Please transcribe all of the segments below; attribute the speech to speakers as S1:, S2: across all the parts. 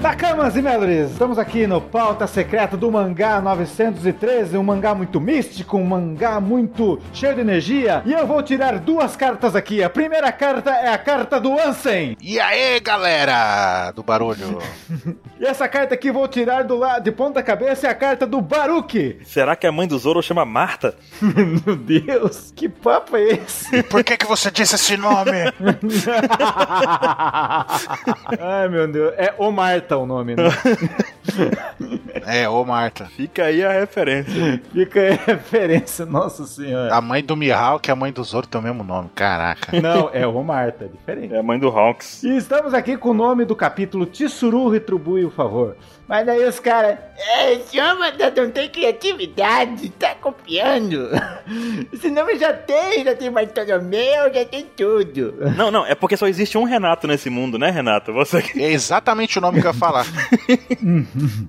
S1: Nakamas e Melores, estamos aqui no Pauta Secreta do Mangá 913, um mangá muito místico, um mangá muito cheio de energia, e eu vou tirar duas cartas aqui. A primeira carta é a carta do Ansem.
S2: E aí, galera do barulho.
S1: e essa carta aqui vou tirar do lado de ponta cabeça é a carta do Baruki.
S3: Será que a mãe do Zoro chama Marta?
S1: Meu Deus, que papo é esse?
S2: Por que que você disse esse nome?
S1: Ai, meu Deus, é o Marta o nome, né?
S2: é, ô Marta.
S3: Fica aí a referência.
S1: Fica aí a referência, nossa senhora.
S2: A mãe do Mihawk e a mãe do Zoro tem o mesmo nome, caraca.
S1: Não, é o Marta, é diferente.
S3: É a mãe do Hawks.
S1: E estamos aqui com o nome do capítulo Tsuru Retribui o Favor. Mas daí os caras. É, esse homem não tem criatividade, tá copiando. Esse nome já tem, já tem Bartolomeu, já tem tudo.
S3: Não, não, é porque só existe um Renato nesse mundo, né, Renato? Você,
S2: É exatamente o nome que eu ia falar.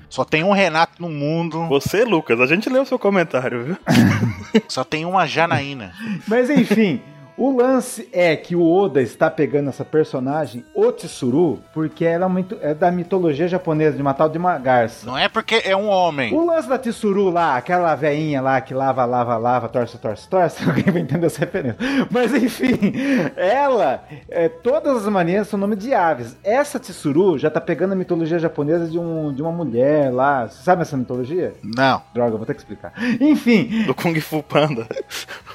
S2: Só tem um Renato no mundo,
S3: você Lucas, a gente leu o seu comentário, viu?
S2: só tem uma Janaína.
S1: Mas enfim. O lance é que o Oda está pegando essa personagem, o Tsuru, porque ela é, muito- é da mitologia japonesa, de uma tal de uma garça.
S2: Não é porque é um homem.
S1: O lance da Tsuru lá, aquela veinha lá que lava, lava, lava, torce, torce, torce, alguém vai entender essa referência. Mas enfim, ela, é, todas as manias são nome de aves. Essa Tsuru já tá pegando a mitologia japonesa de, um, de uma mulher lá. Você sabe essa mitologia?
S2: Não.
S1: Droga, vou ter que explicar. Enfim,
S3: Do Kung Fu Panda.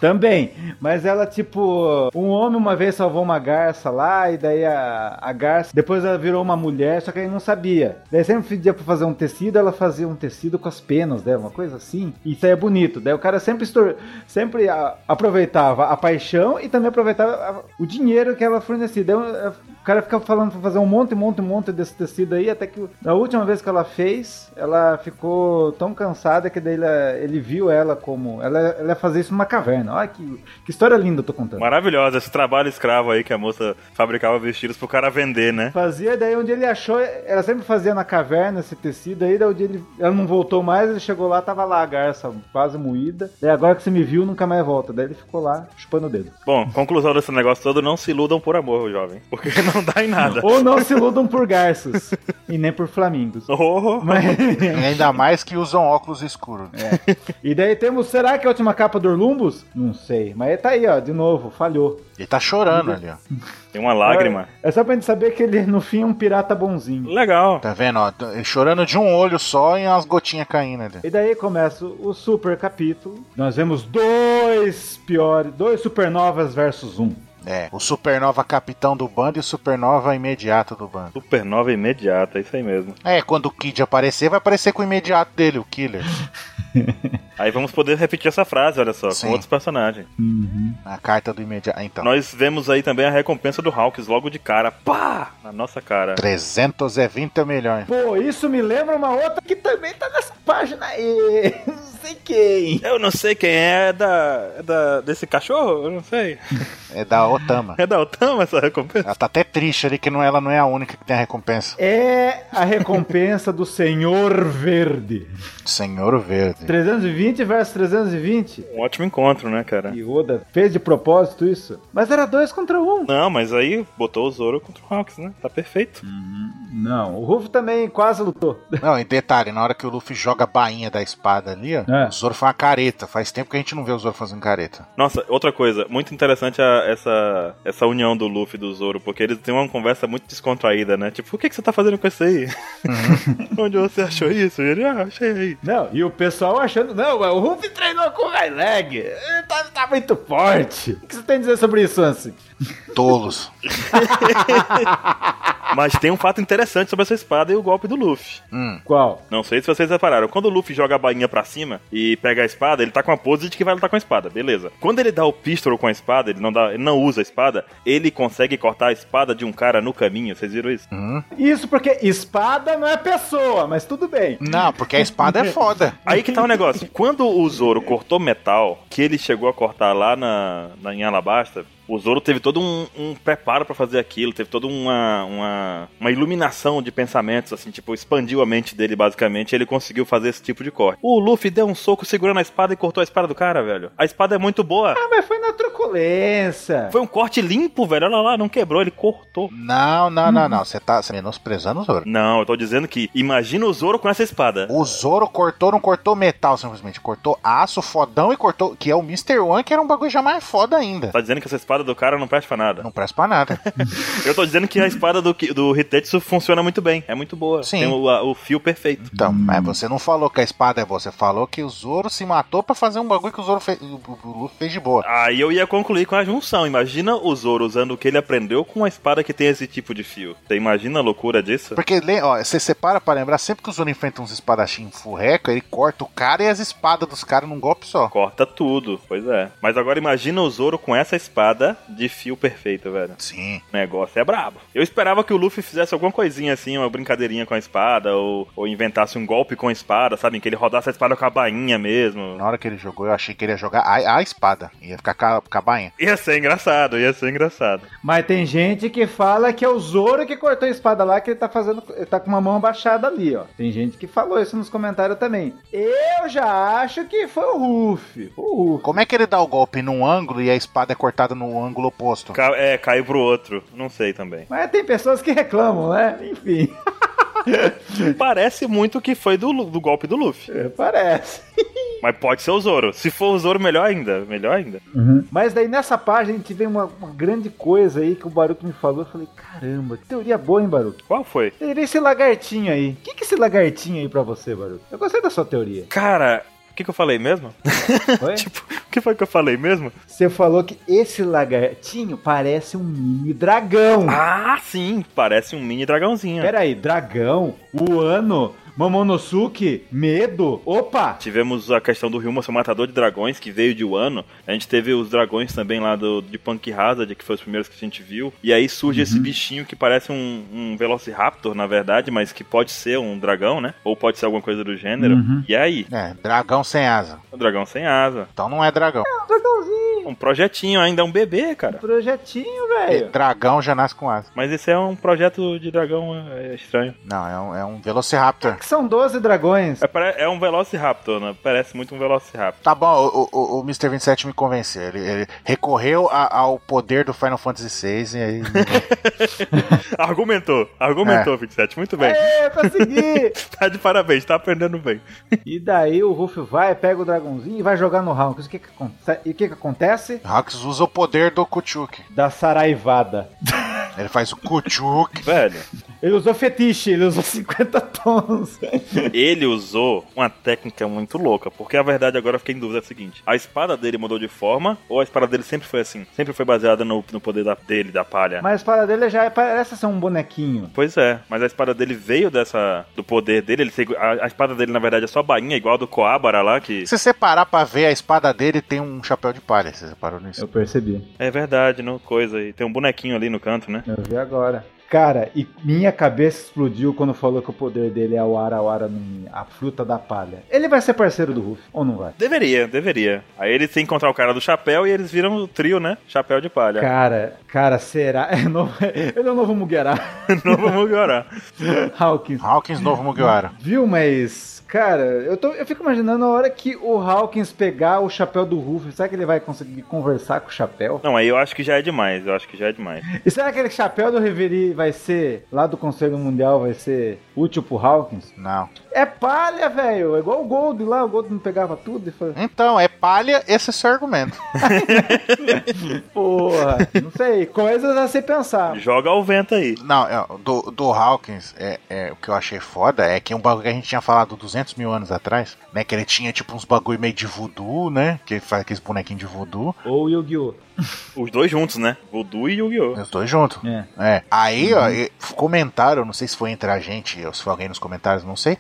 S1: também. Mas ela, tipo, um homem uma vez salvou uma garça lá, e daí a, a garça. Depois ela virou uma mulher, só que ele não sabia. Daí sempre pedia pra fazer um tecido, ela fazia um tecido com as penas dela, uma coisa assim. E isso aí é bonito. Daí o cara sempre, estor- sempre a- aproveitava a paixão e também aproveitava a- o dinheiro que ela fornecia. Daí o o cara ficava falando pra fazer um monte, monte, monte desse tecido aí, até que na última vez que ela fez, ela ficou tão cansada que daí ela- ele viu ela como. Ela, ela ia fazer isso numa caverna. Olha que, que história linda eu tô contando.
S3: Maravilhosa, esse trabalho escravo aí que a moça fabricava vestidos pro cara vender, né?
S1: Fazia, daí onde ele achou, ela sempre fazia na caverna esse tecido aí, daí onde ele, ela não voltou mais, ele chegou lá, tava lá a garça quase moída. Daí agora que você me viu, nunca mais volta. Daí ele ficou lá chupando o dedo.
S3: Bom, conclusão desse negócio todo, não se iludam por amor, jovem. Porque não dá em nada.
S1: Ou não se iludam por garças e nem por flamingos.
S3: Oh,
S1: Mas... é.
S2: E ainda mais que usam óculos escuros.
S1: E daí temos, será que é a última capa do Orlumbus? Não sei, mas tá aí, ó, de novo, falhou.
S2: Ele tá chorando ali, ó.
S3: Tem uma lágrima.
S1: É, é só pra gente saber que ele, no fim, é um pirata bonzinho.
S3: Legal.
S2: Tá vendo, ó? Ele chorando de um olho só e umas gotinhas caindo ali.
S1: E daí começa o super capítulo. Nós vemos dois piores, dois supernovas versus um.
S2: É, o Supernova capitão do bando e o Supernova imediato do bando.
S3: Supernova imediata, é isso aí mesmo.
S2: É, quando o Kid aparecer, vai aparecer com o imediato dele, o Killer.
S3: Aí vamos poder repetir essa frase, olha só,
S2: Sim.
S3: com outros personagens.
S2: A carta do imediato. Ah, Então,
S3: Nós vemos aí também a recompensa do Hawks logo de cara. Pá! Na nossa cara.
S2: 320 milhões.
S1: Pô, isso me lembra uma outra que também tá nessa página aí. Não sei quem.
S3: Eu não sei quem é, é da, é da. desse cachorro? Eu não sei.
S2: É da Otama.
S3: É da Otama essa recompensa?
S2: Ela tá até triste ali que não, ela não é a única que tem a recompensa.
S1: É a recompensa do Senhor Verde.
S2: Senhor Verde.
S1: 320 versus 320.
S3: Um ótimo encontro, né, cara?
S1: E Oda fez de propósito isso. Mas era dois contra um.
S3: Não, mas aí botou o Zoro contra o Hawks, né? Tá perfeito.
S1: Não, o Ruff também quase lutou.
S2: Não, e detalhe, na hora que o Luffy joga a bainha da espada ali, ó,
S1: É.
S2: o Zoro faz uma careta. Faz tempo que a gente não vê o Zoro fazendo careta.
S3: Nossa, outra coisa, muito interessante a- essa, essa união do Luffy e do Zoro, porque eles têm uma conversa muito descontraída, né? Tipo, o que, que você tá fazendo com isso aí? Onde você achou isso? E ele, ah, achei aí.
S1: Não, e o pessoal achando, não, mas o Ruff treinou com o high leg. Ele Tá, tá muito forte. O que você tem a dizer sobre isso, Ansi?
S2: Tolos.
S3: Mas tem um fato interessante sobre essa espada e o golpe do Luffy.
S2: Hum.
S1: Qual?
S3: Não sei se vocês repararam, quando o Luffy joga a bainha pra cima e pega a espada, ele tá com a pose de que vai lutar com a espada, beleza. Quando ele dá o pistol com a espada, ele não, dá, ele não usa a espada, ele consegue cortar a espada de um cara no caminho, vocês viram isso?
S1: Isso porque espada não é pessoa, mas tudo bem.
S2: Não, porque a espada é foda.
S3: Aí que tá o negócio. Quando o Zoro cortou metal, que ele chegou a cortar lá na, na- em Alabasta, O Zoro teve todo um, um preparo pra fazer aquilo, teve toda uma, uma, uma iluminação de pensamentos, assim, tipo, expandiu a mente dele, basicamente, e ele conseguiu fazer esse tipo de corte. O Luffy deu um soco segurando a espada e cortou a espada do cara, velho. A espada é muito boa.
S1: Ah, mas foi na truculência.
S3: Foi um corte limpo, velho. Olha lá, não quebrou, ele cortou.
S2: Não, não, não, não. Você tá você menosprezando o Zoro.
S3: Não, eu tô dizendo que imagina o Zoro com essa espada.
S2: O Zoro cortou, não cortou metal simplesmente. Cortou aço, fodão e cortou. Que é o Mr. One, que era um bagulho já mais foda ainda.
S3: Tá dizendo que essa espada do cara não presta pra nada.
S2: Não presta pra nada.
S3: Eu tô dizendo que a espada do, Ki- do Hitetsu funciona muito bem. É muito boa.
S2: Sim.
S3: Tem o, a- o fio perfeito.
S2: Então, mas você não falou que a espada é boa, você falou que o Zoro se matou pra fazer um bagulho que o Zoro fez, o, o- o Luffy fez de boa.
S3: Aí eu ia concluir com a junção. Imagina o Zoro usando o que ele aprendeu com uma espada que tem esse tipo de fio. Você imagina a loucura disso?
S2: Porque, le- ó, você separa pra lembrar, sempre que o Zoro enfrenta uns espadachim furreca, ele corta o cara e as espadas dos caras num golpe só.
S3: Corta tudo, pois é. Mas agora imagina o Zoro com essa espada de fio perfeito, velho.
S2: Sim.
S3: O negócio é brabo. Eu esperava que o Luffy fizesse alguma coisinha assim, uma brincadeirinha com a espada, ou, ou inventasse um golpe com a espada, sabe? Que ele rodasse a espada com a bainha mesmo.
S2: Na hora que ele jogou, eu achei que ele ia jogar a, a espada. Ia ficar com a, com a bainha.
S3: Ia ser engraçado, ia ser engraçado.
S1: Mas tem gente que fala que é o Zoro que cortou a espada lá, que ele tá fazendo. Ele tá com uma mão abaixada ali, ó. Tem gente que falou isso nos comentários também. Eu já acho que foi o Ruff. O Ruff.
S2: Como é que ele dá o golpe num ângulo e a espada é cortada no ângulo oposto?
S3: Ca- é, caiu pro outro. Não sei também.
S1: Mas tem pessoas que reclamam, né? Enfim,
S3: Parece muito que foi do, Lu- do golpe do Luffy.
S1: parece.
S3: Mas pode ser o Zoro. Se for o Zoro, melhor ainda. Melhor ainda.
S1: Mas daí nessa página a gente vê uma, uma grande coisa aí que o Baruco me falou. Eu falei, caramba, que teoria boa, hein, Baruco?
S3: Qual foi?
S1: Teoria esse lagartinho aí. O que, que é esse lagartinho aí pra você, Baruco? Eu gostei da sua teoria.
S3: Cara, o que, que eu falei mesmo?
S1: Foi?
S3: tipo, o que foi que eu falei mesmo?
S1: Você falou que esse lagartinho parece um mini dragão.
S3: Ah, sim. Parece um mini dragãozinho.
S1: Peraí, dragão, Wano, Momonosuke, medo. Opa!
S3: Tivemos a questão do Ryuma ser o matador de dragões, que veio de Wano. A gente teve os dragões também lá do, de Punk Hazard, que foi os primeiros que a gente viu. E aí surge esse bichinho que parece um, um Velociraptor, na verdade, mas que pode ser um dragão, né? Ou pode ser alguma coisa do gênero. E aí?
S2: É, dragão sem asa.
S3: Um dragão sem asa.
S2: Então não é dragão.
S1: Um dragãozinho,
S3: Um projetinho ainda, é um bebê, cara.
S1: projetinho,
S2: É,
S1: velho.
S2: dragão já nasce com asa.
S3: Mas esse é um projeto de dragão é, é estranho.
S2: Não, é um, é um Velociraptor.
S1: Que são 12 dragões.
S3: É, pare- é um Velociraptor, né? Parece muito um Velociraptor.
S2: Tá bom, o, o, o Mr. 27 me convenceu. Ele, ele recorreu a- ao poder do Final Fantasy VI e aí.
S3: Argumentou, argumentou, 27. Muito bem.
S1: É, consegui!
S3: Tá de parabéns, tá aprendendo bem.
S1: e daí o Ruff vai, pega o dragãozinho e vai jogar no round. E o que que aconte- e o que que acontece?
S2: Hawks usa o poder do Kuchuk.
S1: Da saraivada.
S2: Ele faz o Kuchuk.
S3: Velho,
S1: Ele usou fetiche, ele usou 50 tons.
S3: ele usou uma técnica muito louca, porque a verdade agora eu fiquei em dúvida é a seguinte: a espada dele mudou de forma, ou a espada dele sempre foi assim? Sempre foi baseada no, no poder da- dele, da palha?
S1: Mas para dele já é- parece ser um bonequinho.
S3: Pois é, mas a espada dele veio dessa. do poder dele. Ele, segu- a, a espada dele, na verdade, é só a bainha, igual a do Coabara lá, que.
S2: Se você separar pra ver, a espada dele tem um chapéu de palha. Você separou nisso?
S1: Eu percebi.
S3: É verdade, não? Coisa. E tem um bonequinho ali no canto, né?
S1: Eu vi agora. Cara, e minha cabeça explodiu quando falou que o poder dele é o Arawara Numi, a fruta da palha. Ele vai ser parceiro do Ruff, ou não vai?
S3: Deveria, deveria. Aí eles têm que encontrar o cara do chapéu e eles viram o trio, né? Chapéu de palha.
S1: Cara, cara, será? É novo... Ele é o novo Muguerá,
S3: Não vamos melhorar.
S1: Hawkins.
S2: Hawkins novo Mugiwara.
S1: Viu, mas, cara, eu, tô, eu fico imaginando a hora que o Hawkins pegar o chapéu do Ruff, será que ele vai conseguir conversar com o chapéu?
S3: Não, aí eu acho que já é demais, eu acho que já é demais.
S1: E será que aquele chapéu do Reverie vai ser, lá do Conselho Mundial, vai ser útil pro Hawkins?
S2: Não.
S1: É palha, velho, é igual o Gold lá, o Gold não pegava tudo e fazia...
S2: Então, é palha, esse é seu argumento.
S1: Porra, não sei. Coisas a se pensar.
S3: Joga ao vento aí.
S2: Não, é, do, do Hawkins, é, é, o que eu achei foda é que é um bagulho que a gente tinha falado 200 mil anos atrás, né? Que ele tinha tipo uns bagulho meio de voodoo, né? Que ele faz aqueles bonequinhos de voodoo.
S1: Ou Yu-Gi-Oh!
S3: Os dois juntos, né? Voodoo e Yu-Gi-Oh!
S2: Os dois juntos.
S1: É.
S2: É. Aí, ó, e- comentaram, não sei se foi entre a gente ou se foi alguém nos comentários, não sei.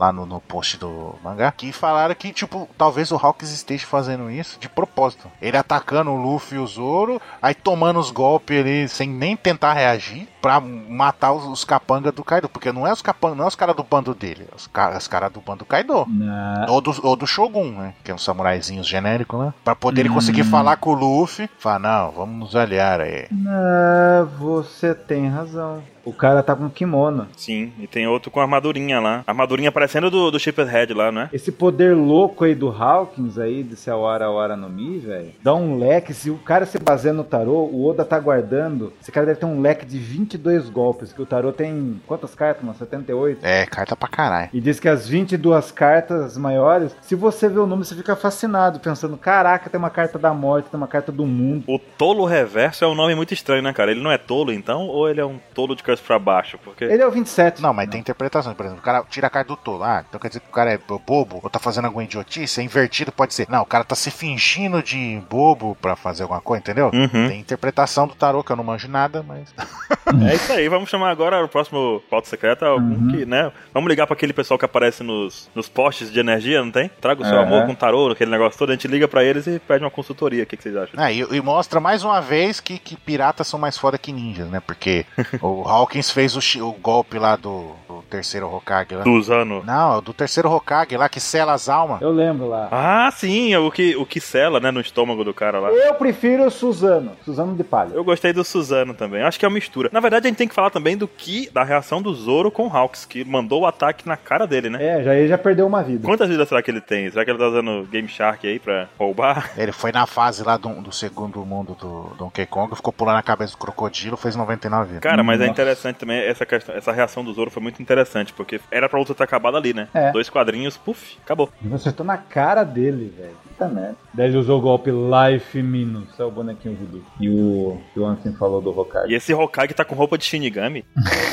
S2: Lá no, no post do mangá, que falaram que, tipo, talvez o Hawks esteja fazendo isso de propósito. Ele atacando o Luffy e o Zoro, aí tomando os golpes ali sem nem tentar reagir. pra matar os, os capangas do Kaido. Porque não é os capangas, não é os caras do bando dele, é os, ca- os caras do bando do Kaido.
S1: Não.
S2: Ou do, ou do Shogun, né? Que é um samuraizinho genérico, né? Pra poder ele
S1: Hum.
S2: conseguir falar com o Luffy. Falar, não, vamos nos aliar aí.
S1: Ah, você tem razão. O cara tá com kimono.
S3: Sim, e tem outro com armadurinha lá. Armadurinha parecendo do, do Shepherd Head lá, né?
S1: Esse poder louco aí do Hawkins aí, de ser a hora a hora no Mi, velho, dá um leque. Se o cara se baseia no tarô, o Oda tá guardando. Esse cara deve ter um leque de 22 golpes, que o tarô tem quantas cartas, mano? 78?
S2: É, carta pra caralho.
S1: E diz que as 22 cartas maiores, se você vê o número, você fica fascinado, pensando: caraca, tem uma carta da morte, tem uma carta do mundo.
S3: O Tolo Reverso é um nome muito estranho, né, cara? Ele não é tolo, então, ou ele é um tolo de cabeça pra baixo? Porque
S1: Ele é o 27.
S2: Não, mas tem interpretações. Por exemplo, o cara tira a carta do tolo. Ah, então quer dizer que o cara é bo- bobo ou tá fazendo alguma idiotice? É invertido, pode ser. Não, o cara tá se fingindo de bobo pra fazer alguma coisa, entendeu?
S3: Uhum.
S2: Tem interpretação do tarô, que eu não manjo nada, mas.
S3: é isso aí. Vamos chamar agora o próximo pauta secreta, algum
S1: Uhum.
S3: que, né? Vamos ligar pra aquele pessoal que aparece nos, nos postes de energia, não tem? Traga o seu
S1: Aham.
S3: amor com tarô, aquele negócio todo. A gente liga pra eles e pede uma consultoria. O que, que vocês acham?
S2: Ah, e, e mostra mais uma vez que, que piratas são mais foda que ninjas, né? Porque o Hawkins fez o, chi- o golpe lá do, do terceiro Hokage lá.
S3: Dos anos.
S2: Não, é o do terceiro Hokage lá que sela as almas.
S1: Eu lembro lá.
S3: Ah, sim, é o que, o que sela, né, no estômago do cara lá.
S1: Eu prefiro o Suzano. Suzano de palha.
S3: Eu gostei do Suzano também. Acho que é uma mistura. Na verdade, a gente tem que falar também do que da reação do Zoro com o Hawks, que mandou o ataque na cara dele, né?
S1: É, já, ele já perdeu uma vida.
S3: Quantas vidas será que ele tem? Será que ele tá usando Game Shark aí pra roubar?
S2: Ele foi na fase lá do, do segundo mundo do Donkey Kong, ficou pulando a cabeça do crocodilo, fez 99 vidas.
S3: Cara, mas é
S1: Nossa.
S3: interessante também essa questão, essa reação do Zoro foi muito interessante, porque era pra luta ter acabado ali, né?
S1: É.
S3: Dois quadrinhos, puf, acabou.
S1: Você acertou na cara dele, velho. Puta merda. Daí ele usou o golpe Life Minus. É o bonequinho voodoo. E o que o Anthony falou do Hokage.
S3: E esse Hokage tá com roupa de Shinigami,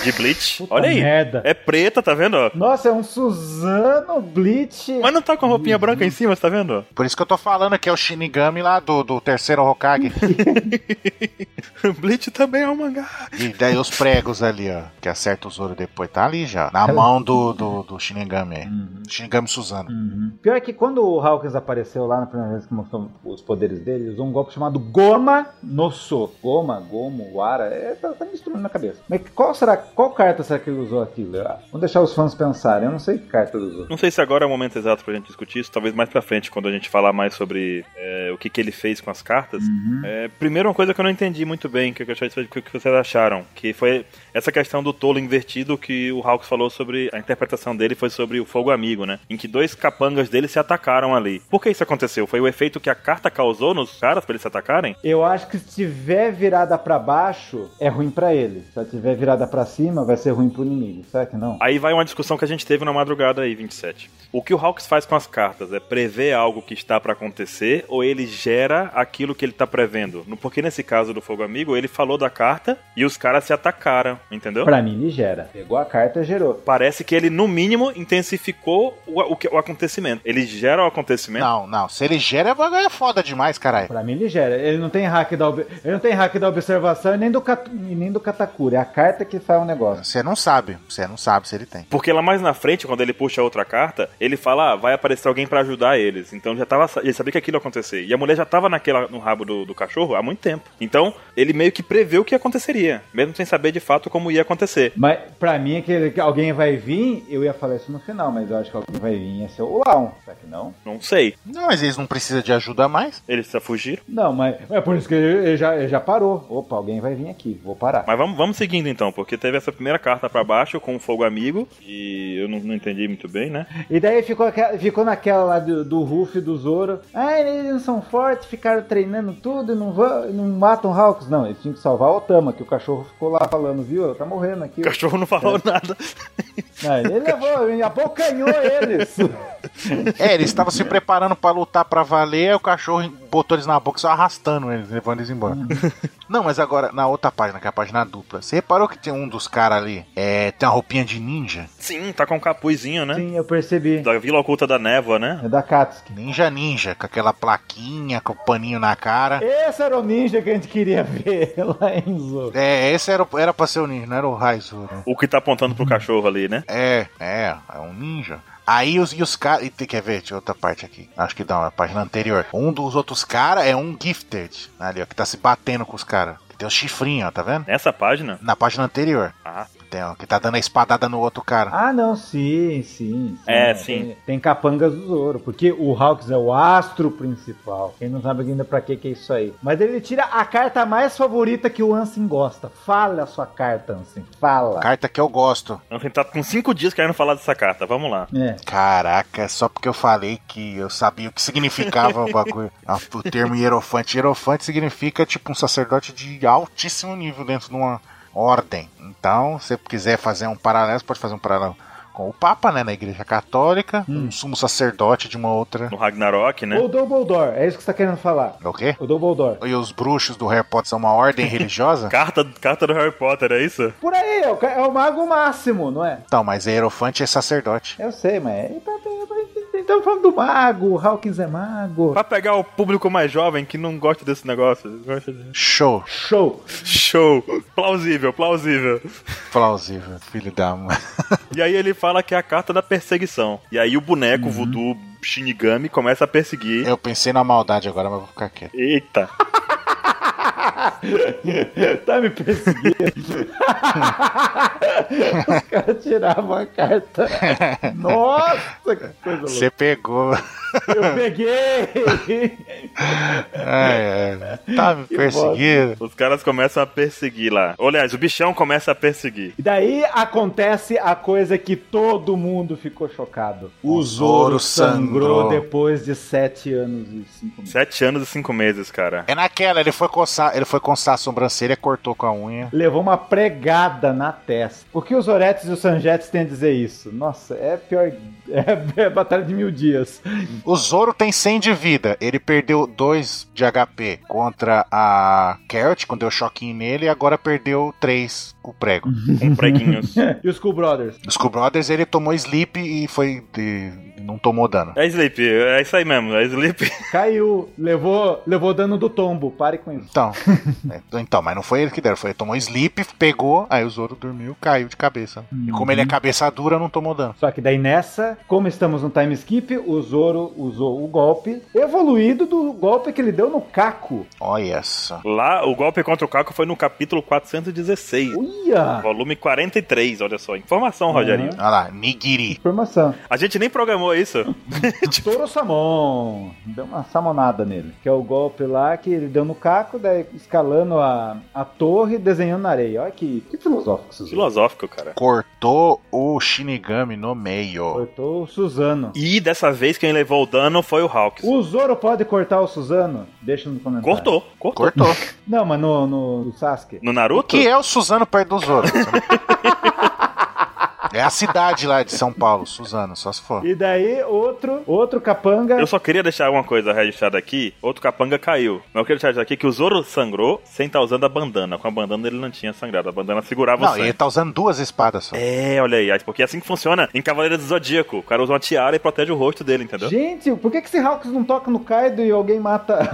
S3: de Bleach.
S1: Puta
S3: Olha aí.
S1: Tá merda.
S3: É preta, tá vendo? ó?
S1: Nossa, é um Suzano Bleach.
S3: Mas não tá com a roupinha branca em cima, tá vendo?
S2: Por isso que eu tô falando que é o Shinigami lá do, do terceiro Hokage.
S3: Bleach também é um mangá.
S2: e daí os pregos ali, ó. Que acerta o Zoro depois. Tá ali já. Na mão do, do, do Shinigami. aí.
S1: Uhum,
S2: Shinigami Suzano.
S1: uhum. Pior é que quando o Hawkins apareceu lá na primeira vez que mostrou os poderes dele, ele usou um golpe chamado Goma no So. Goma, Gomo, Wara, é, tá, tá misturando na cabeça. Mas qual será, qual carta será que ele usou aquilo? Ah, Vamos deixar os fãs pensarem, eu não sei que carta ele usou.
S3: Não sei se agora é o momento exato pra gente discutir isso, talvez mais pra frente, quando a gente falar mais sobre é, o que, que ele fez com as cartas.
S1: Uhum.
S3: É, primeiro, uma coisa que eu não entendi muito bem, que eu achei que que vocês acharam, que foi essa questão do tolo invertido que o Hawks falou sobre. A interpretação dele foi sobre o fogo amigo, né? Em que dois capangas dele se atacaram ali. Por que isso aconteceu? Foi o efeito que a carta causou nos caras pra eles se atacarem?
S1: Eu acho que se tiver virada pra baixo, é ruim pra ele. Se ela tiver virada pra cima, vai ser ruim pro inimigo. Será que não?
S3: Aí vai uma discussão que a gente teve na madrugada aí, 27. O que o Hawks faz com as cartas? É prever algo que está pra acontecer ou ele gera aquilo que ele tá prevendo? No- Porque nesse caso do Fogo Amigo, ele falou da carta e os caras se atacaram, entendeu?
S1: Pra mim, ele gera. Pegou a carta, gerou.
S3: Parece que ele, no mínimo, intensificou o, o que- o acontecimento. Ele gera o acontecimento.
S2: Não, não. Se ele gera, vai é foda demais, caralho.
S1: Pra mim, ele gera. Ele não tem hack da, ob- ele não tem hack da observação e nem do, cat... e nem do Katakura. É a carta que faz o negócio.
S2: Você não sabe. Você não sabe se ele tem.
S3: Porque lá mais na frente, quando ele puxa a outra carta, ele fala, ah, vai aparecer alguém pra ajudar eles. Então já tava, ele sabia que aquilo ia acontecer. E a mulher já tava naquela, no rabo do, do cachorro há muito tempo. Então, ele meio que preveu o que aconteceria, mesmo sem saber de fato como ia acontecer.
S1: Mas pra mim, é que que alguém vai vir, eu ia falar isso no final, mas eu acho que alguém vai vir e ia ser o Laon. Será que não?
S3: Não sei.
S2: Não, mas eles não precisam de ajuda mais.
S3: Eles já fugiram.
S1: Não, mas é por isso que ele, ele já, ele já parou. Opa, alguém vai vir aqui, vou parar.
S3: Mas vamos, vamos seguindo então, porque teve essa primeira carta pra baixo com o fogo amigo. E eu não, não entendi muito bem, né?
S1: E daí ficou, aquela- ficou naquela lá do, do Ruff e do Zoro. Ah, eles não são fortes, ficaram treinando tudo e não, vão, e não matam Hawks. Não, eles tinham que salvar o Otama, que o cachorro ficou lá falando, viu? Tá morrendo aqui.
S3: O cachorro não falou
S1: É.
S3: nada.
S1: Não, ele levou, ele abocanhou eles.
S2: É, eles estavam se preparando pra lutar pra valer, aí o cachorro botou eles na boca só arrastando eles, levando eles embora.
S1: Uhum.
S2: Não, mas agora, na outra página, que é a página dupla, você reparou que tem um dos caras ali, é, tem uma roupinha de ninja?
S3: Sim, tá com um capuzinho, né?
S1: Sim, eu percebi.
S3: Da Vila Oculta da Névoa, né?
S1: É da Katsuki.
S2: Ninja ninja, com aquela plaquinha, com o paninho na cara.
S1: Esse era o ninja que a gente queria ver lá em Zoro.
S2: É, esse era, era pra ser o ninja, não era o Raizu, né?
S3: O que tá apontando pro cachorro ali, né?
S2: É, é, é um ninja. Aí os, e os caras. Quer ver? Tinha outra parte aqui. Acho que dá uma página anterior. Um dos outros caras é um gifted. Ali, ó, que tá se batendo com os caras. Tem um chifrinho, ó, tá vendo?
S3: Nessa página?
S2: Na página anterior.
S3: Ah,
S2: Tem um que tá dando a espadada no outro cara.
S1: Ah, não, sim, sim. sim.
S3: É, sim.
S1: Tem, tem capangas do Zoro, porque o Hawks é o astro principal. Quem não sabe ainda pra que que é isso aí. Mas ele tira a carta mais favorita que o Ansem gosta. Fala a sua carta, Ansem. Fala.
S2: Carta que eu gosto.
S3: vamos tentar com cinco dias querendo falar dessa carta. Vamos lá.
S1: É.
S2: Caraca, só porque eu falei que eu sabia o que significava o bagulho. Ah, O termo hierofante. Hierofante significa tipo um sacerdote de altíssimo nível dentro de uma ordem. Então, se você quiser fazer um paralelo, você pode fazer um paralelo com o Papa, né, na Igreja Católica, um sumo sacerdote de uma outra.
S3: No Ragnarok, né?
S1: O Dumbledore, é isso que você tá querendo falar.
S2: O quê?
S1: O Dumbledore.
S2: E os bruxos do Harry Potter são uma ordem religiosa?
S3: Carta, carta do Harry Potter, é isso?
S1: Por aí, é o, ca- é o mago máximo, não é?
S2: Então, mas hierofante é sacerdote.
S1: Eu sei, mas. é, então, Estamos falando do mago, o Hawkins é mago.
S3: Pra pegar o público mais jovem que não gosta desse negócio. Gosta de...
S2: Show,
S1: Show!
S3: Show! Plausível, plausível.
S2: plausível, filho da mãe.
S3: E aí ele fala que é a carta da perseguição. E aí o boneco voodoo Shinigami começa a perseguir.
S2: Eu pensei na maldade agora, mas vou ficar quieto.
S3: Eita!
S1: tá me perseguindo. Os caras tiravam a carta. Nossa, que coisa louca.
S2: Você pegou.
S1: Eu peguei!
S2: Ai, ai, tá me perseguindo.
S3: Os caras começam a perseguir lá. Ou, Aliás, o bichão começa a perseguir.
S1: E daí acontece a coisa que todo mundo ficou chocado.
S2: O Zoro sangrou.
S1: depois de sete anos e cinco meses.
S3: Sete anos e cinco meses, cara.
S2: É naquela, ele foi coçar, ele foi coçar a sobrancelha, cortou com a unha.
S1: Levou uma pregada na testa. O que os Oretes e os Sanjetes têm a dizer isso? Nossa, é pior. É, é batalha de mil dias.
S2: O Zoro tem 100 de vida, ele perdeu 2 de HP contra a Carrot, quando deu choquinho nele, e agora perdeu 3 com o prego.
S3: Com preguinhos.
S1: E os Cool Brothers?
S2: Os Cool Brothers, ele tomou sleep e foi. de- não tomou dano.
S3: É Sleep, é isso aí mesmo, é Sleep.
S1: Caiu, levou, levou dano do tombo. Pare com isso.
S2: Então, é, então, mas não foi ele que deram, foi ele tomou sleep, pegou, aí o Zoro dormiu, caiu de cabeça. E como ele é cabeça dura, não tomou dano.
S1: Só que daí nessa, como estamos no time skip, o Zoro usou o golpe evoluído do golpe que ele deu no Caco.
S2: Olha só.
S3: Lá, o golpe contra o Caco foi no capítulo 416.
S1: Uia!
S3: Volume 43, olha só. Informação, Rogerinho.
S2: Olha lá, Nigiri.
S1: Informação.
S3: A gente nem programou isso.
S1: Toro Samon. Deu uma samonada nele. Que é o golpe lá que ele deu no caco, daí escalando a, a torre e desenhando na areia. Olha que, que filosófico isso.
S3: Filosófico, cara.
S2: Cortou o Shinigami no meio.
S1: Cortou o Suzano.
S3: E dessa vez quem levou o dano foi o Hawks.
S1: O Zoro pode cortar o Suzano? Deixa no comentário.
S3: Cortou, cortou.
S2: Cortou.
S1: Não, mas no, no, no Sasuke.
S3: No Naruto?
S2: Que é o Suzano perto do Zoro. é a cidade lá de São Paulo, Suzano, só se for.
S1: E daí, outro, outro capanga.
S3: Eu só queria deixar uma coisa registrada aqui. Outro capanga caiu. Mas eu queria deixar aqui que o Zoro sangrou sem estar usando a bandana. Com a bandana ele não tinha sangrado. A bandana segurava o
S2: Não, ele
S3: sangue.
S2: tá usando duas espadas só.
S3: É, olha aí. Porque é assim que funciona em Cavaleiros do Zodíaco. O cara usa uma tiara e protege o rosto dele, entendeu?
S1: Gente, por que, que esse Hawks não toca no Kaido e alguém mata.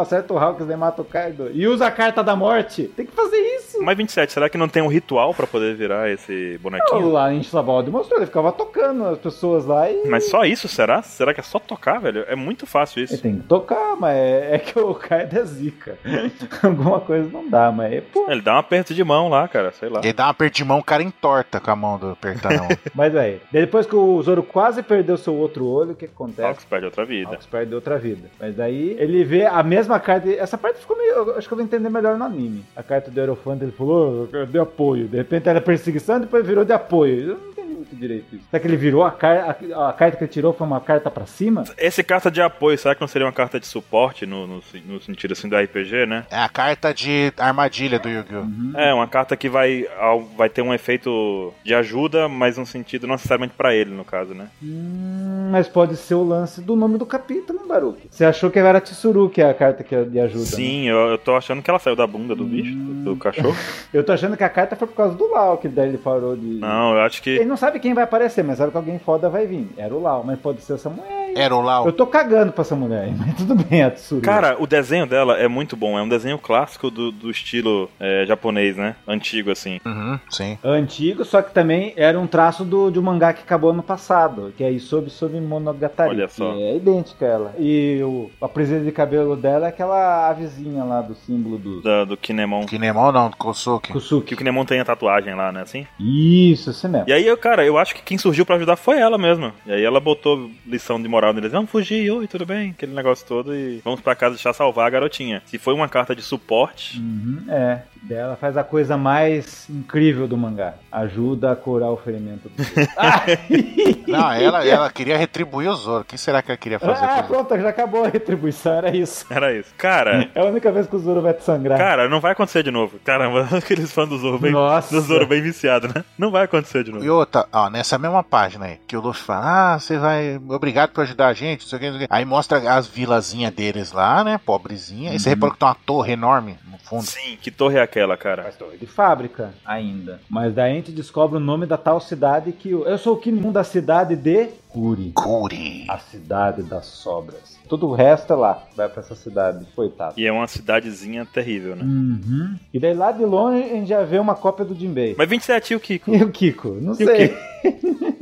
S1: acerta o Hawks e mata o Kaido? E usa a carta da morte? Tem que fazer isso.
S3: Mas 27, será que não tem um ritual pra poder virar esse bonequinho?
S1: Lá em Slavaldo mostrou, ele ficava tocando as pessoas lá e.
S3: Mas só isso, será? Será que é só tocar, velho? É muito fácil
S1: Ele
S3: isso.
S1: tem que tocar, mas é, é que o Kaido é zica. Alguma coisa não dá, mas. é, Pô.
S3: Ele dá um aperto de mão lá, cara, sei lá.
S1: É.
S2: Ele dá uma perda de mão, o cara entorta com a mão do apertão.
S1: Mas aí, depois que o Zoro quase perdeu seu outro olho, o que, que acontece?
S3: Hawks perde outra vida.
S1: Hawks perde outra vida. Mas daí ele vê a mesma carta. Essa parte ficou meio. eu Acho que eu vou entender melhor no anime. A carta do Aerofante ele falou, "Oh, eu de apoio. De repente era perseguição, depois virou de apoio. Eu não entendi muito direito isso. Será que ele virou a carta. A, a carta que ele tirou foi uma carta pra cima?
S3: Esse carta de apoio, será que não seria uma carta de suporte no, no- no sentido assim do RPG, né?
S2: é a carta de armadilha do Yu-Gi-Oh!
S1: Hum.
S3: É, uma carta que vai, ao- vai ter um efeito de ajuda, mas um sentido não necessariamente pra ele, no caso, né?
S1: Hum, mas pode ser o lance do nome do capítulo, Baruque. Você achou que era Tsuru, que é a carta que lhe ajuda? né?
S3: Sim, eu, eu tô achando que ela saiu da bunda do bicho, do, do cachorro.
S1: Eu tô achando que a carta foi por causa do Lau, que daí ele parou de.
S3: Não, eu acho que.
S1: Ele não sabe quem vai aparecer, mas sabe que alguém foda vai vir. Era o Lau, mas pode ser essa mulher
S2: Erolau.
S1: Eu tô cagando pra essa mulher aí, mas tudo bem, é a Tsuru.
S3: Cara, o desenho dela é muito bom. É um desenho clássico do, do estilo é, japonês, né? Antigo, assim.
S2: Uhum, sim.
S1: Antigo, só que também era um traço do, de um mangá que acabou ano passado, que é Isobi Sob Monogatari.
S3: Olha só.
S1: que é idêntica a ela. E o, a presença de cabelo dela é aquela avezinha lá do símbolo do
S3: Da- do Kinemon.
S2: Kinemon não, Kosuke.
S3: Que
S1: Kusuki.
S3: o Kinemon tem a tatuagem lá, né? Assim?
S1: Isso, assim mesmo.
S3: E aí, eu, cara, eu acho que quem surgiu pra ajudar foi ela mesma. E aí ela botou lição de moral neles. Vamos fugir, oi, tudo bem? Aquele negócio todo e vamos pra casa deixar salvar a garotinha. Se foi uma carta de suporte,
S1: Uhum, é, dela faz a coisa mais incrível do mangá. Ajuda a curar o ferimento do Ah, corpo.
S2: Não, ela, ela queria retribuir o Zoro. O que será que ela queria fazer?
S1: ah,
S2: com ele?
S1: pronto, já acabou a retribuição, era isso.
S3: era isso. Cara,
S1: É a única vez que o Zoro vai te sangrar.
S3: cara, não vai acontecer de novo. Caramba, aqueles fãs do Zoro bem,
S1: Nossa.
S3: do Zoro bem viciado, né? Não vai acontecer de novo.
S2: E outra, ó, nessa mesma página aí, que o Luffy fala, ah, você vai, obrigado por ajudar a gente, não sei o que, não sei o que. Aí mostra as vilazinhas deles lá, né, pobrezinha. Aí você repara que tem uma torre enorme no fundo.
S3: Sim, que torre é aquela, cara?
S1: Mas torre de fábrica ainda. Mas daí a gente descobre o nome da tal cidade que. o- Eu sou o Kinemon da cidade de Kuri.
S2: Curi.
S1: A cidade das sobras. Todo o resto é lá. Vai pra essa cidade, coitado.
S3: E é uma cidadezinha terrível, né?
S1: Uhum. E daí lá de longe a gente já vê uma cópia do Jinbei.
S3: Mas 27 e o Kiko?
S1: E o Kiko? Não
S3: E o
S1: sei.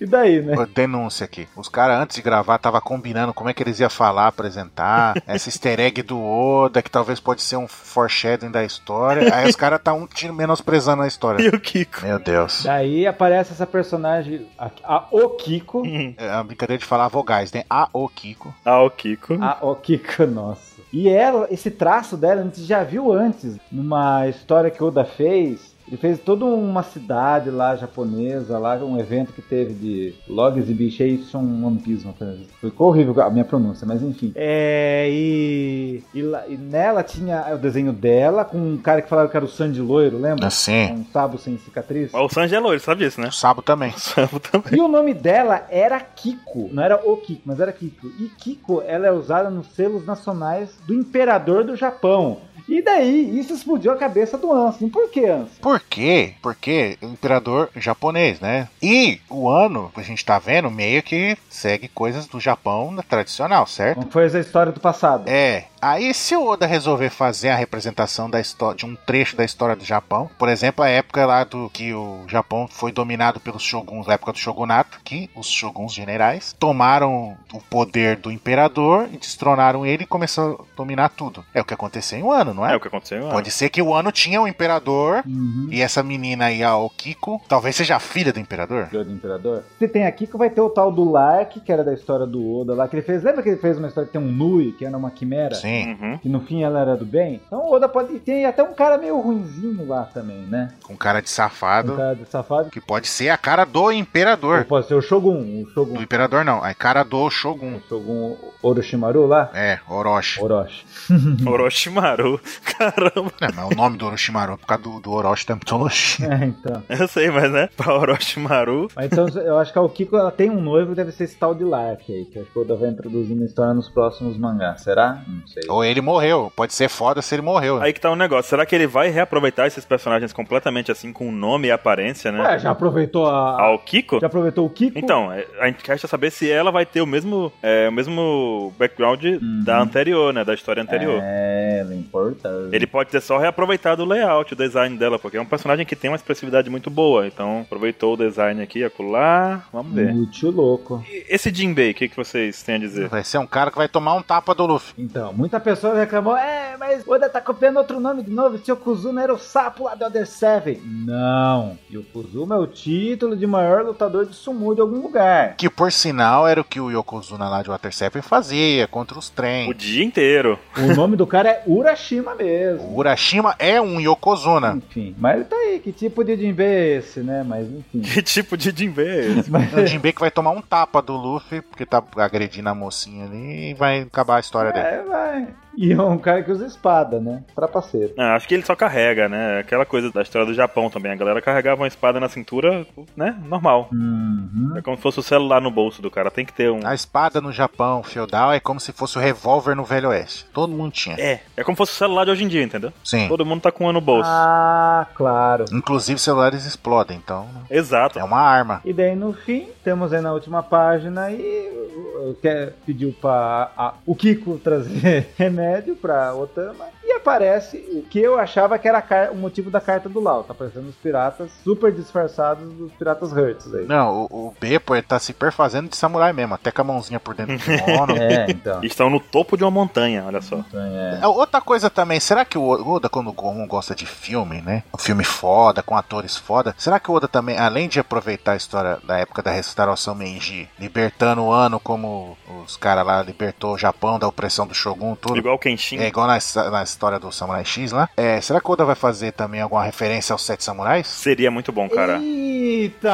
S1: e daí, né?
S2: Ô, Denúncia aqui. Os caras, antes de gravar, tava combinando como é que eles iam falar, apresentar. essa easter egg do Oda, que talvez pode ser um foreshadowing da história. Aí os caras tá um tiro menosprezando a
S3: E
S2: história.
S3: o Kiko?
S2: Meu Deus.
S1: Daí aparece essa personagem, a, a O Kiko.
S2: É a brincadeira de falar vogais, né? A O Kiko.
S3: Ah, o Kiko.
S1: A O Kiko, nossa. E ela, esse traço dela, a gente já viu antes, numa história que o Oda fez. Ele fez toda uma cidade lá japonesa, lá um evento que teve de Logs e Bichation One Piece, uma coisa assim. Ficou horrível a minha pronúncia, mas enfim. É, e, e, lá- e nela tinha o desenho dela com um cara que falava que era o Sandy Loiro, lembra?
S2: Assim.
S1: Um sabo sem cicatriz.
S3: Mas o Sanji é loiro, sabe disso, né?
S2: O Sabo também.
S3: O Sabo também.
S1: E o nome dela era Kiko. Não era o Kiko, mas era Kiko. E Kiko, ela é usada nos selos nacionais do imperador do Japão. E daí, isso explodiu a cabeça do Ansem. Por que, Ansem?
S2: Por quê? Porque o imperador japonês, né? E o ano que a gente tá vendo meio que segue coisas do Japão tradicional, certo?
S1: Como foi essa história do passado?
S2: É. Aí se o Oda resolver fazer a representação da história de um trecho da história do Japão, por exemplo, a época lá do que o Japão foi dominado pelos shoguns, na época do shogunato, que os shoguns generais tomaram o poder do imperador e destronaram ele e começou a dominar tudo. É o que aconteceu em um ano, não
S3: É
S2: é?
S3: o que aconteceu.
S2: Pode ser que o ano tinha um imperador
S1: Uhum.
S2: e essa menina aí, a Okiko, talvez seja a filha do imperador.
S1: Filho do imperador. Você tem aqui que vai ter o tal do Lark, que era da história do Oda lá, que ele fez. Lembra que ele fez uma história que tem um Nui, que era uma quimera?
S2: Sim,
S3: Uhum.
S1: Que no fim ela era do bem? Então o Oda pode. E tem até um cara meio ruinzinho lá também, né?
S2: com cara de
S1: Um
S2: safado,
S1: cara de safado.
S2: que pode ser a cara do
S1: Ou
S2: imperador.
S1: pode ser o Shogun. O
S2: Do
S1: Shogun.
S2: imperador não, é cara do shogun.
S1: O Shogun Orochimaru lá?
S2: É, Orochi.
S1: Orochi.
S3: Orochimaru. Caramba.
S2: Não, mas o nome do Orochimaru é por causa do, do Orochi da mitologia.
S1: É, então.
S3: Eu sei, mas né? Pra Orochimaru.
S1: Mas então eu acho que a Okiko ela tem um noivo, deve ser esse tal de Lark aí, que acho que o Oda vai introduzir na história nos próximos mangás, será? Não sei.
S2: Ou ele morreu. Pode ser foda se ele morreu.
S3: Aí que tá o negócio. Será que ele vai reaproveitar esses personagens completamente assim, com nome e aparência, né?
S1: Ué, É, já aproveitou a.
S3: Ao Kiko?
S1: Já aproveitou o Kiko?
S3: Então, é, a gente quer saber se ela vai ter o mesmo, é, o mesmo background da anterior, né? Da história anterior.
S1: Uhum. É, ela importa.
S3: Ele pode ter só reaproveitado o layout, o design dela, porque é um personagem que tem uma expressividade muito boa. Então, aproveitou o design aqui, acolá. Vamos ver.
S1: Muito louco.
S3: E esse Jinbei, o que, que vocês têm a dizer?
S2: Vai ser um cara que vai tomar um tapa do Luffy.
S1: Então, muita pessoa reclamou, é, mas Oda tá copiando outro nome de novo, seu Kuzuma era o sapo lá do Other Seven. Não, e o Kuzuma é o título de maior lutador de sumo de algum lugar.
S2: Que por sinal era o que o Yokozuna lá de Water Seven fazia contra os
S3: O
S2: trem.
S3: dia inteiro.
S1: O nome do cara é Urashima mesmo.
S2: O Urashima é um
S3: Ah.
S2: Yokozuna.
S1: Enfim, mas tá aí, que tipo de Jinbe é esse, né? Mas enfim.
S3: Que tipo de Jinbei é esse?
S2: É O Jinbei que vai tomar um tapa do Luffy, porque tá agredindo a mocinha ali e vai acabar a história dele.
S1: É, vai. E é um cara que usa espada, né? Trapaceiro.
S3: Ah, acho que ele só carrega, né? Aquela coisa da história do Japão também. A galera carregava uma espada na cintura, né? Normal.
S1: Uhum.
S3: É como se fosse o celular no bolso do cara. Tem que ter um.
S2: A espada no Japão feudal é como se fosse o revólver no Velho Oeste. Todo mundo tinha.
S3: É, é como se fosse o celular de hoje em dia, entendeu?
S2: Sim.
S3: Todo mundo tá com um no bolso.
S1: Ah, claro.
S2: Inclusive celulares explodem, então
S3: Exato.
S2: é uma arma.
S1: E daí no fim, temos aí na última página e o- o- que- é, pediu pra a- o Kiko trazer remédio pra Otama. E aparece o que eu achava que era a car- o motivo da carta do Lau. Tá aparecendo os piratas super disfarçados dos piratas Hurts aí.
S2: Não, o, o Beppo ele tá se perfazendo de samurai mesmo, até com a mãozinha por dentro um do kimono.
S1: É, então.
S3: Estão no topo de uma montanha, olha só.
S2: É, Outra coisa também, será que o Oda, quando o Gon gosta de filme, né? Um filme foda, com atores foda, será que o Oda também, além de aproveitar a história da época da restauração Meiji, libertando o ano como os caras lá libertou o Japão da opressão do Shogun, tudo?
S3: Igual o Kenshin.
S2: É igual na, na história do Samurai X lá. É, será que o Oda vai fazer também alguma referência aos Sete Samurais?
S3: Seria muito bom, cara.
S1: Eita!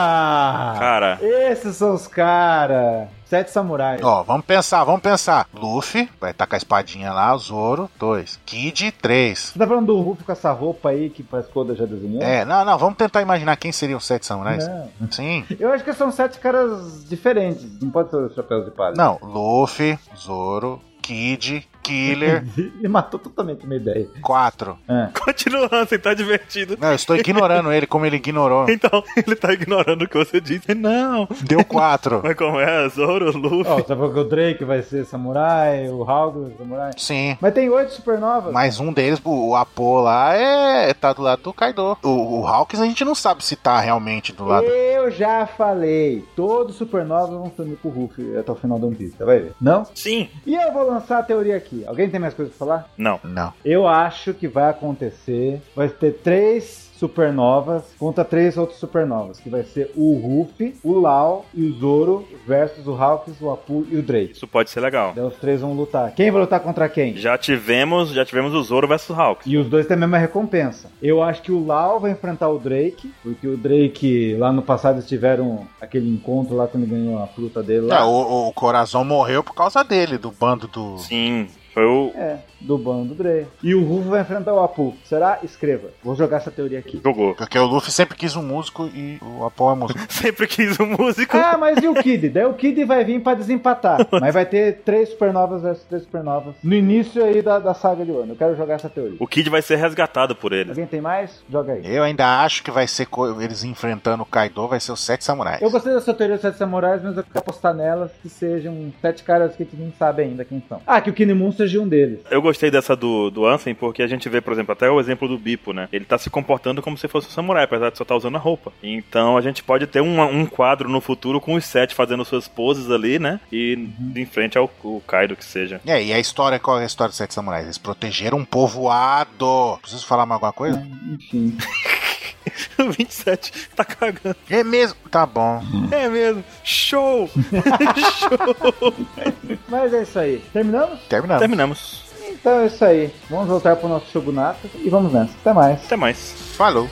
S3: Cara,
S1: Esses são os caras. Sete samurais.
S2: Ó, vamos pensar, vamos pensar. Luffy vai estar com a espadinha lá, Zoro, dois. Kid, três.
S1: Você tá falando do Rufo com essa roupa aí que a Skoda já desenhou?
S2: É, não, não, vamos tentar imaginar quem seriam os Sete Samurais.
S1: Não.
S2: Sim.
S1: Eu acho que são sete caras diferentes. Não pode ser os chapéus de palha.
S2: Não, Luffy, Zoro, Kid, Killer,
S1: Ele matou totalmente minha ideia.
S2: quatro.
S3: continuando, você tá divertido.
S2: Não, eu estou ignorando ele como ele ignorou.
S3: Então, ele tá ignorando o que você disse. Não.
S2: Deu quatro.
S3: Mas como é? Zoro, Luffy.
S1: Ó, você falou que o Drake vai ser samurai, o Halgo samurai.
S2: Sim.
S1: Mas tem oito supernovas.
S2: Mas um deles, o o Apo lá, é, tá do lado do Kaido. O, o Hawkins a gente não sabe se tá realmente do lado.
S1: Eu já falei. Todos os supernovas vão sumir um com o Ruff até o final do One Piece, tá vai ver? Não?
S3: Sim.
S1: E eu vou lançar a teoria aqui. Alguém tem mais coisas pra falar?
S3: Não.
S2: Não.
S1: Eu acho que vai acontecer. Vai ter três supernovas contra três outros supernovas. Que vai ser o Ruffy, o Lau e o Zoro versus o Hawks, o Apu e o Drake.
S3: Isso pode ser legal.
S1: Daí os três vão lutar. Quem vai lutar contra quem?
S3: Já tivemos, já tivemos o Zoro versus o Hawks.
S1: E os dois têm a mesma recompensa. Eu acho que o Lau vai enfrentar o Drake, porque o Drake lá no passado eles tiveram aquele encontro lá quando ele ganhou a fruta dele
S2: É,
S1: lá.
S2: o, o Corazon morreu por causa dele, do bando do.
S3: Sim. Foi o.
S1: É, do bando do Drake. E o Ruffy vai enfrentar o Apu. Será? Escreva. Vou jogar essa teoria aqui.
S3: Jogou.
S2: Porque o Luffy sempre quis um músico e o Apo é músico.
S3: Sempre quis o músico.
S1: Ah, mas e o Kid? Daí o Kid vai vir pra desempatar. Mas vai ter três supernovas versus três supernovas no início aí da, da saga de Wano. Eu quero jogar essa teoria.
S3: O Kid vai ser resgatado por eles.
S1: Alguém tem mais? Joga aí.
S2: Eu ainda acho que vai ser co- eles enfrentando o Kaido, vai ser os Sete Samurais.
S1: Eu gostei dessa teoria dos sete samurais, mas eu quero apostar nelas que sejam sete caras que a gente não sabe ainda quem são. Ah, que o Kinemon seja um deles.
S3: Eu gostei dessa do, do Ansem porque a gente vê, por exemplo, até o exemplo do Bipo, né? Ele tá se comportando como se fosse um samurai, apesar de só estar usando a roupa. Então a gente pode ter um, um quadro no futuro com os sete fazendo suas poses ali, né? E de em frente ao, ao Kaido que seja.
S2: É, e a história, qual é a história dos Sete Samurais? Eles protegeram um povoado. Preciso falar mais alguma coisa?
S1: Enfim.
S3: 27 tá cagando.
S2: É mesmo. Tá bom.
S3: É mesmo. Show! Show!
S1: Mas é isso aí. Terminamos?
S3: Tá.
S2: Terminamos.
S3: Terminamos.
S1: Então é isso aí. Vamos voltar pro nosso Shogunato e vamos nessa. Até mais.
S3: Até mais.
S2: Falou.